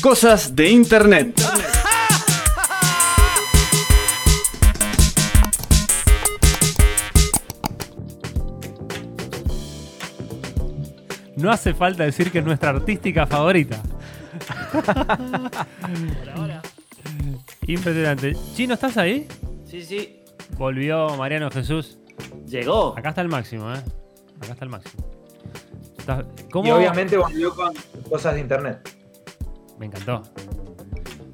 cosas de Internet. No hace falta decir que es nuestra artística favorita. Por ahora. Impresionante. Chino, ¿estás ahí? Sí, sí. Volvió Mariano Jesús. Llegó. Acá está el máximo, ¿eh? Acá está el máximo. Estás- Y ¿Cómo? obviamente volvió con cosas de internet. Me encantó.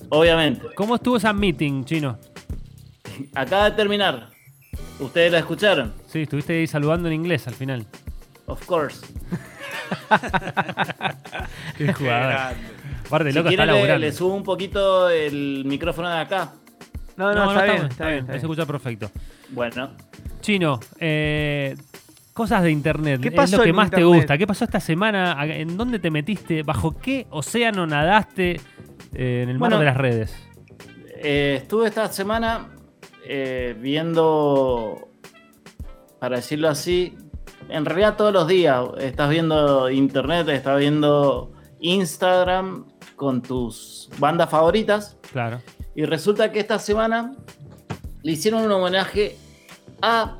Obviamente. ¿Cómo estuvo esa meeting, Chino? Acaba de terminar. Ustedes la escucharon. Sí, estuviste ahí saludando en inglés al final. Of course. Qué jugador. Aparte, Si loco, está quieren, le, laburando. le subo un poquito el micrófono de acá. No, No, no, está, bien, mal, está bien, está Se bien. escucha perfecto. Bueno. Chino, eh, cosas de internet. ¿Qué es pasó lo que en más te internet? gusta. ¿Qué pasó esta semana? ¿En dónde te metiste? ¿Bajo qué océano nadaste eh, en el mar Bueno. de las redes? Eh, estuve esta semana eh, viendo, para decirlo así, en realidad todos los días estás viendo internet, estás viendo Instagram con tus bandas favoritas Claro. y resulta que esta semana le hicieron un homenaje a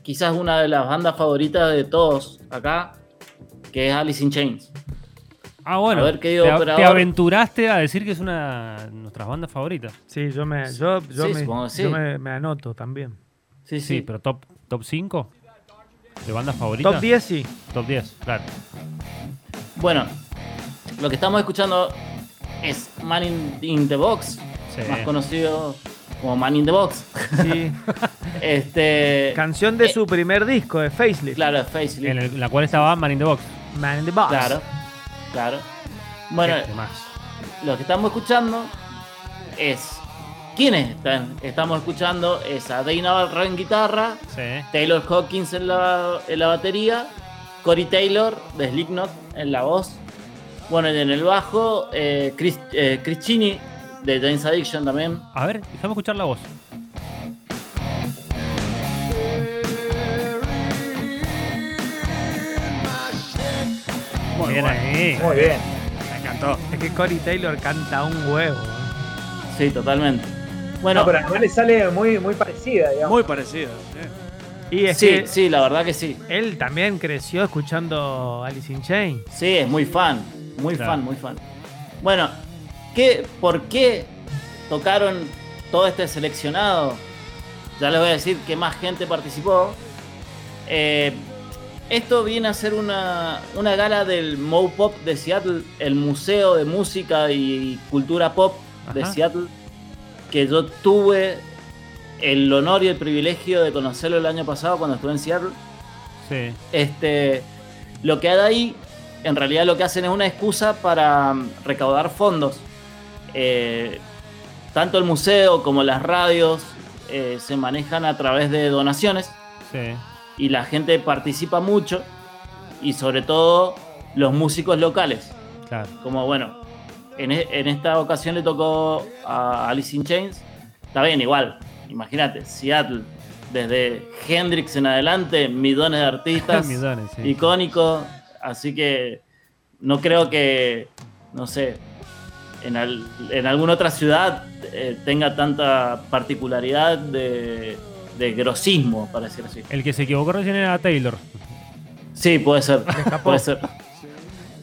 quizás una de las bandas favoritas de todos acá, que es Alice in Chains. Ah, bueno. A ver, querido te, a- operador. te aventuraste a decir que es una de nuestras bandas favoritas. Sí, yo me, yo, yo Sí, me, supongo que sí. yo me, me anoto también. Sí, pero top, top 5 de bandas favoritas. Top 10 sí. Top 10, claro. Bueno, lo que estamos escuchando es Man in, in the Box, Sí. más conocido como Man in the Box. sí. Este, Canción de eh, su primer disco, de Facelift. claro, Facelift. En el- la cual estaba Man in the Box. Man in the Box. Claro, claro. Bueno, Este más. lo que estamos escuchando es quiénes están. Estamos escuchando es a Dave Navarro en guitarra, Sí. Taylor Hawkins en la, en la batería, Corey Taylor de Slipknot en la voz, bueno, y en el bajo, eh, Chris, eh, Chris Cini de James Addiction también. A ver, déjame escuchar la voz. Muy bien ahí. Muy bien. Me encantó. Es que Corey Taylor canta un huevo. ¿eh? Sí, totalmente. Bueno, No, pero además le sale muy, muy parecida, digamos. Muy parecido. sí. Y es sí, que sí, la verdad que sí. él también creció escuchando Alice in Chains. Sí, es muy fan, muy Claro. fan, muy fan. Bueno, ¿qué, ¿por qué tocaron todo este seleccionado? Ya les voy a decir que más gente participó. Eh, esto viene a ser una, una gala del Mo Pop de Seattle, el Museo de Música y Cultura Pop de Ajá. Seattle, que yo tuve el honor y el privilegio de conocerlo el año pasado cuando estuve en Seattle. Sí. Este, lo que hay ahí, en realidad lo que hacen es una excusa para mm, recaudar fondos. Eh, tanto el museo como las radios eh, se manejan a través de donaciones Sí. y la gente participa mucho y sobre todo los músicos locales. Claro. Como bueno, en, e- en esta ocasión le tocó a Alice in Chains. Está bien, igual, imagínate, Seattle, desde Hendrix en adelante, millones de artistas Millones, sí. icónico, así que no creo que, no sé, en, al- en alguna otra ciudad eh, tenga tanta particularidad de, de grosismo, para decir así. El que se equivocó recién era Taylor. Sí, puede ser, puede ser.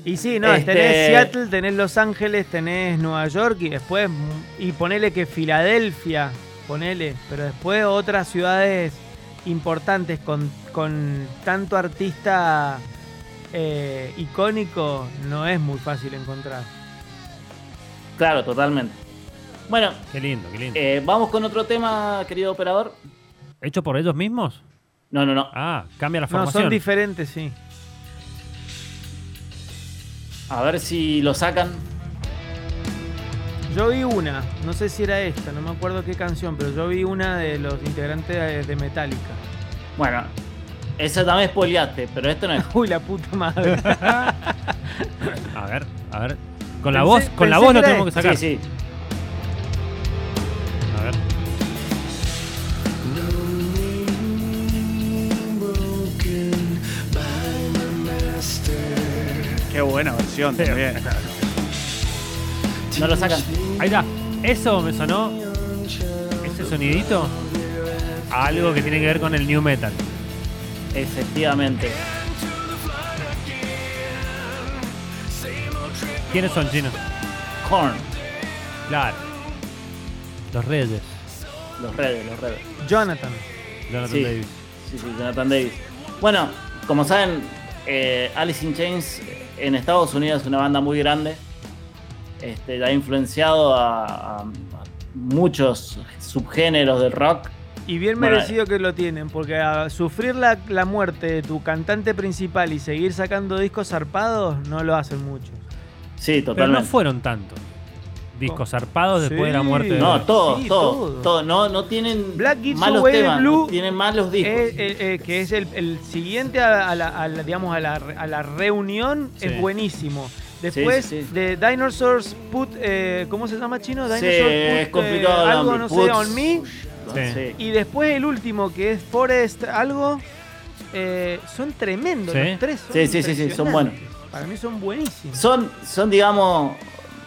Y sí, no, Este- tenés Seattle, tenés Los Ángeles, tenés Nueva York y después, y ponele que Filadelfia, ponele, pero después otras ciudades importantes con, con tanto artista eh, icónico no es muy fácil encontrar. Claro, totalmente. Bueno, Qué lindo, qué lindo. eh, vamos con otro tema, querido operador. ¿Hecho por ellos mismos? No, no, no. Ah, cambia la No, formación. son diferentes, sí. A ver si lo sacan. Yo vi una, no sé si era esta, no me acuerdo qué canción, pero yo vi una de los integrantes de- de Metallica. Bueno, esa también spoileaste, pero esto no es. Uy, la puta madre. a ver, a ver. Con la Pensé- voz, con la pensé voz que lo era este. tenemos que sacar. Sí, sí. A ver. Qué buena versión también. No lo sacan. Ahí está. Eso me sonó. Ese sonidito. a algo que tiene que ver con el new metal. Efectivamente. ¿Quiénes son chinos? Korn. Claro. Los Reyes. Los redes, los redes. Jonathan. Jonathan Sí. Davis. Sí, sí, Jonathan Davis. Bueno, como saben, eh, Alice in Chains en Estados Unidos es una banda muy grande. Este, ha influenciado a, a- a muchos subgéneros del rock. Y bien Bueno, merecido que lo tienen, porque a sufrir la, la muerte de tu cantante principal y seguir sacando discos zarpados no lo hacen muchos. Sí, Pero no totalmente. fueron tantos. Discos zarpados después de la Sí. muerte de fue- No, Reyes. todos, Sí, todo. todos, todos. No, no tienen Black Gibson malos Way temas, Blue tienen malos discos. Eh, eh, eh, que es el, el siguiente a, a la, a la- digamos, a la, a la reunión, Sí. es buenísimo. Después sí, sí. de Dinosaurs Put, eh, ¿cómo se llama chino? sí, Dinosaurs Put, es eh, complicado. el algo, nombre. no sé, Puts. On Me. Sí. Sí. Y después el último, que es Forest algo. eh, son tremendos Sí. los tres. son Sí, sí, sí, sí, son buenos. impresionantes. Para mí son buenísimos. Son, son, digamos,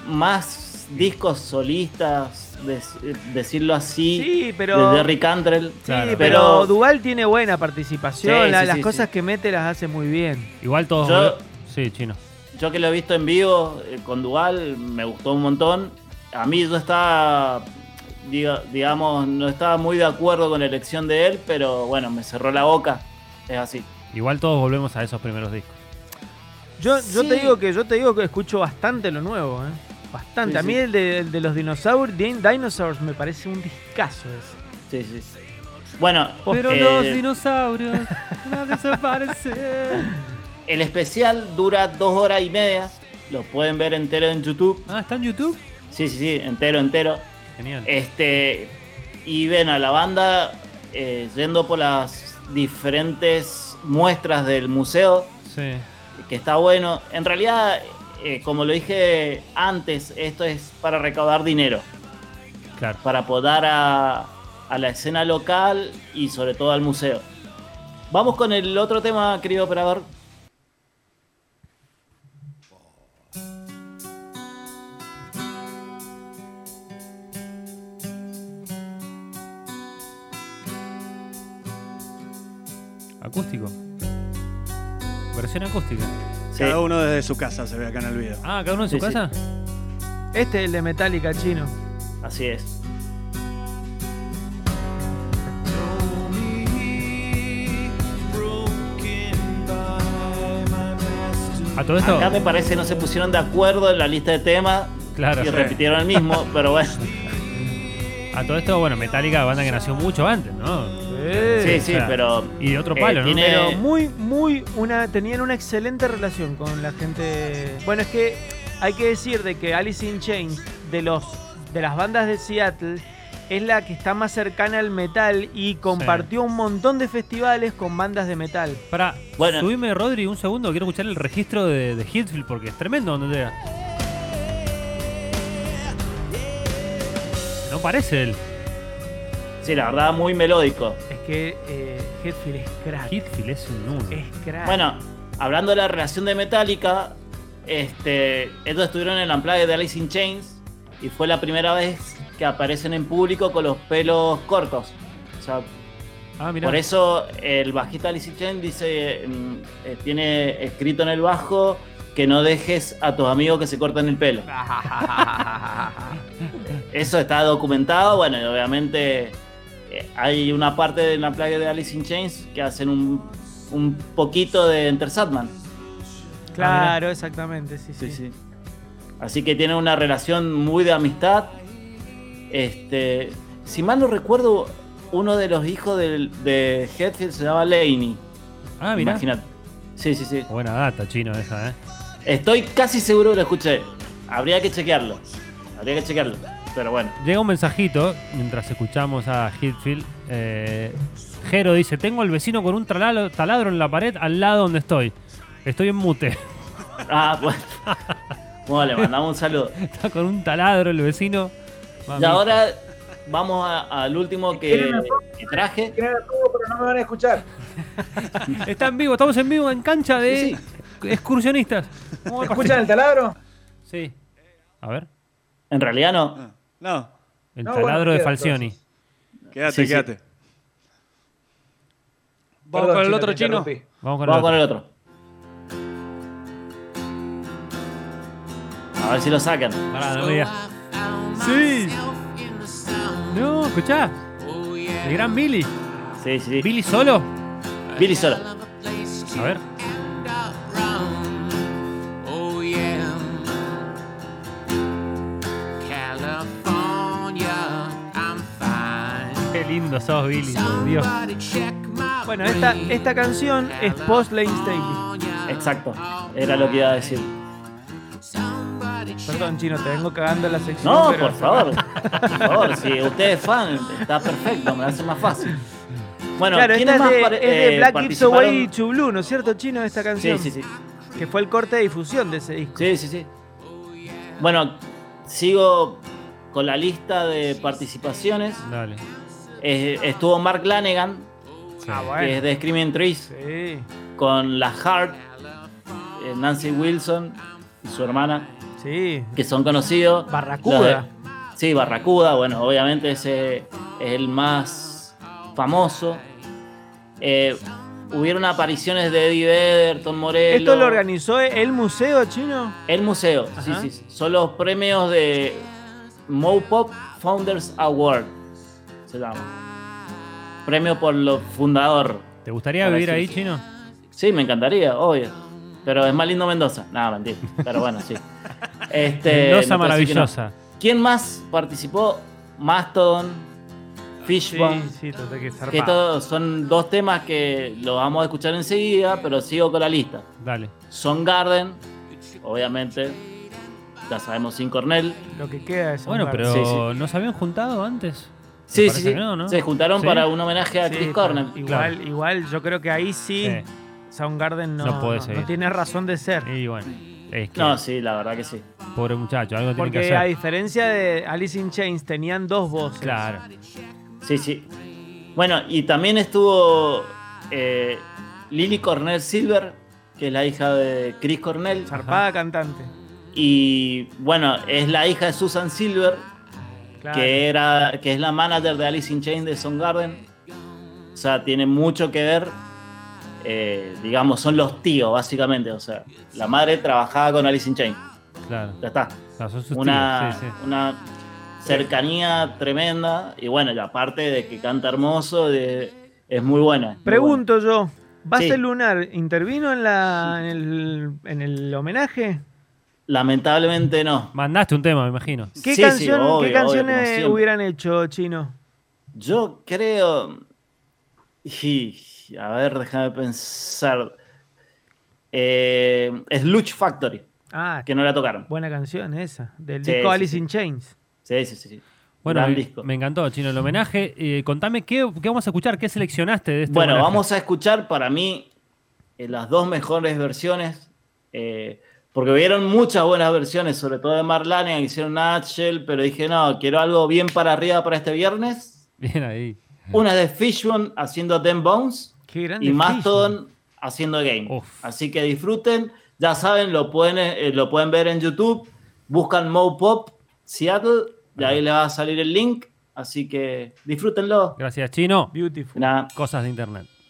más discos solistas, de- decirlo así, Sí, pero. de Jerry Cantrell. Sí, Claro. pero, Pero- Duval tiene buena participación. Sí, la- sí, las sí, cosas sí. que mete las hace muy bien. Igual todos. Yo- Sí, chino. Yo que lo he visto en vivo eh, con Dual, me gustó un montón. A mí yo estaba, diga- digamos, no estaba muy de acuerdo con la elección de él, pero bueno, me cerró la boca. Es así. Igual todos volvemos a esos primeros discos. Yo, yo te Sí. digo que yo te digo que escucho bastante lo nuevo, ¿eh? Bastante. Sí, A mí sí. el de, el de los dinosaurios, Dinosaurs me parece un discazo ese. Sí, sí. Bueno, eh, dinosaurios no desaparecen. el especial dura dos horas y media. Lo pueden ver entero en YouTube. Ah, ¿está en YouTube? Sí, sí, sí, entero, entero. Genial. Este, y ven a la banda eh, yendo por las diferentes muestras del museo. Sí. que está bueno. En realidad, eh, como lo dije antes, esto es para recaudar dinero, Claro. para apoyar a, a la escena local y sobre todo al museo. Vamos con el otro tema, querido operador. Acústico. Versión acústica. Sí. Cada uno desde su casa se ve acá en el video. Ah, cada uno en su Sí, sí. casa. Este es el de Metallica chino. Así es. A todo esto. Acá me parece no se pusieron de acuerdo en la lista de temas Claro. y repitieron el mismo, pero bueno. A todo esto, bueno, Metallica, banda que nació mucho antes, ¿no? Sí, sí, O sea, pero Y de otro Eh, palo, ¿no? tiene- Pero muy, muy, una, tenían una excelente relación con la gente. Bueno, es que hay que decir de que Alice in Chains, de los, de las bandas de Seattle, es la que está más cercana al metal y compartió un montón de festivales con bandas de metal. Para, Bueno. subime, Rodri, un segundo. Quiero escuchar el registro de, de Hitsfield porque es tremendo donde llega. No parece él. sí, la verdad, muy melódico. Es que eh, Hetfield es crack. Hitfield es un uno. Es crack. Bueno, hablando de la relación de Metallica, este, ellos estuvieron en el Unplugged de Alice in Chains y fue la primera vez que aparecen en público con los pelos cortos. O sea, Ah, mirá. por eso el bajista Alice in Chains dice, mm, eh, tiene escrito en el bajo que no dejes a tus amigos que se cortan el pelo. Eso está documentado, bueno, y obviamente eh, hay una parte de la playa de Alice in Chains que hacen un, un poquito de Enter Sandman. ah, claro, exactamente, sí, sí. Sí, sí. Así que tienen una relación muy de amistad. Este, si mal no recuerdo, uno de los hijos del- de Hetfield se llamaba Laney. Ah, mirá. Imagínate. Sí, sí, sí. Buena data, chino, esa, ¿eh? Estoy casi seguro que lo escuché. Habría que chequearlo. Habría que chequearlo. Pero bueno. Llega un mensajito mientras escuchamos a Hitfield. Eh, Jero dice: Tengo al vecino con un talalo- taladro en la pared al lado donde estoy. Estoy en mute. Ah, bueno. Bueno, le mandamos un saludo. Está con un taladro el vecino. Y Mamita. ahora vamos a- al último que, que traje. Quieren hacer todo, pero no me van a escuchar. Está en vivo, estamos en vivo en cancha de Sí, excursionistas. ¿Me escuchan el taladro? Sí. A ver. En realidad no. Ah, No, El No, bueno, taladro de queda Falcioni. entonces. quédate, Sí, sí. quédate. Vamos Perdón, con el chino, otro te chino. interrumpí. Vamos con el Vamos otro. con el otro. A ver si lo sacan. Pará, no me digas. Sí. No, escuchá. El gran Billy. Sí, sí. Billy, Billy solo. Billy solo. A ver. Qué lindo sos, Billy, por Dios. Ah, Bueno, esta, esta canción es post Lane Staley. Exacto. Era lo que iba a decir. Perdón, chino, te vengo cagando la sección. No, pero- por favor. Por favor, si usted es fan, está perfecto, me hace más fácil. Bueno, claro, ¿quiénes esta es más pare- de, es de eh, Black Gives Away y participaron? Chublu, ¿no es cierto, chino? Esta Sí, canción. sí, sí. Que fue el corte de difusión de ese disco. Sí, sí, sí. Bueno, sigo con la lista de participaciones. Dale. Eh, estuvo Mark Lanegan, Ah, que es bueno. de Screaming Trees. Sí, con la Hart, eh, Nancy Wilson y su hermana, sí. que son conocidos. Barracuda. Los de- sí, Barracuda, bueno, obviamente ese es el más famoso. Eh, hubieron apariciones de Eddie Vedder, Tom Morello. ¿Esto lo organizó el museo chino? El museo, sí, Ajá. sí, sí. Son los premios de Mopop Founders Award, se llama. Premio por lo fundador. ¿Te gustaría Ahora vivir sí. ahí, chino? Sí, me encantaría, obvio. Pero es más lindo Mendoza. No, mentira. Pero bueno, sí. Este, Mendoza no puedo decir que no. maravillosa. ¿Quién más participó? Mastodon, Ah, Fishbone. sí, total que que zarpado. estos son dos temas que los vamos a escuchar enseguida, pero sigo con la lista. Dale. Son Garden, obviamente. Ya sabemos sin Cornell. Lo que queda es. Bueno, pero Sí, sí. ¿no se habían juntado antes? Sí, parece sí, sí. que no, ¿no? Se juntaron Sí. para un homenaje a Sí, Chris pero Cornell. Igual, Claro. igual, yo creo que ahí sí, Sí. Soundgarden no, No puede no- no seguir. tiene razón de ser. Y bueno, es que, No, sí, la verdad que sí. pobre muchacho, algo tiene que Porque a hacer. diferencia de Alice in Chains, tenían dos voces. Claro. Sí, sí. Bueno, y también estuvo eh, Lily Cornell Silver, que es la hija de Chris Cornell. Zarpada cantante. Y bueno, es la hija de Susan Silver, Claro. que, era, que es la manager de Alice in Chains de Soundgarden. O sea, tiene mucho que ver. eh, digamos, son los tíos, básicamente. O sea, la madre trabajaba con Alice in Chains. Claro. Ya está. No, son sus Una, tíos, sí, sí. una cercanía tremenda. Y bueno, y aparte de que canta hermoso, de- es muy buena. muy buena. Pregunto yo, ¿Base Sí. Lunar intervino en, la, en, el, en el homenaje? Lamentablemente no. Mandaste un tema, me imagino. ¿Qué, Sí, sí, canción, obvio, ¿qué obvio, como canciones siempre. hubieran hecho, Chino? Yo creo. Y, a ver, déjame pensar. Eh, es Luch Factory, Ah, que no la tocaron. buena canción esa, del Sí, disco sí, Alice sí. in Chains. Sí, sí, sí. sí. Bueno, Gran me, disco. me encantó, Chino, el homenaje. Eh, contame qué, qué vamos a escuchar, qué seleccionaste de este Bueno, homenaje? vamos a escuchar para mí eh, las dos mejores versiones, eh, porque hubieron muchas buenas versiones, sobre todo de Marlane, que hicieron Nutshell, pero dije, no, quiero algo bien para arriba para este viernes. Bien ahí. Una de Fishbone haciendo Ten Bones Qué grande. y Fish. Mastodon haciendo Game. Uf. Así que disfruten, ya saben, lo pueden, eh, lo pueden ver en YouTube, buscan Mopop Seattle, de ahí les va a salir el link, así que disfrútenlo. Gracias, Chino. Beautiful. Nada. Cosas de internet.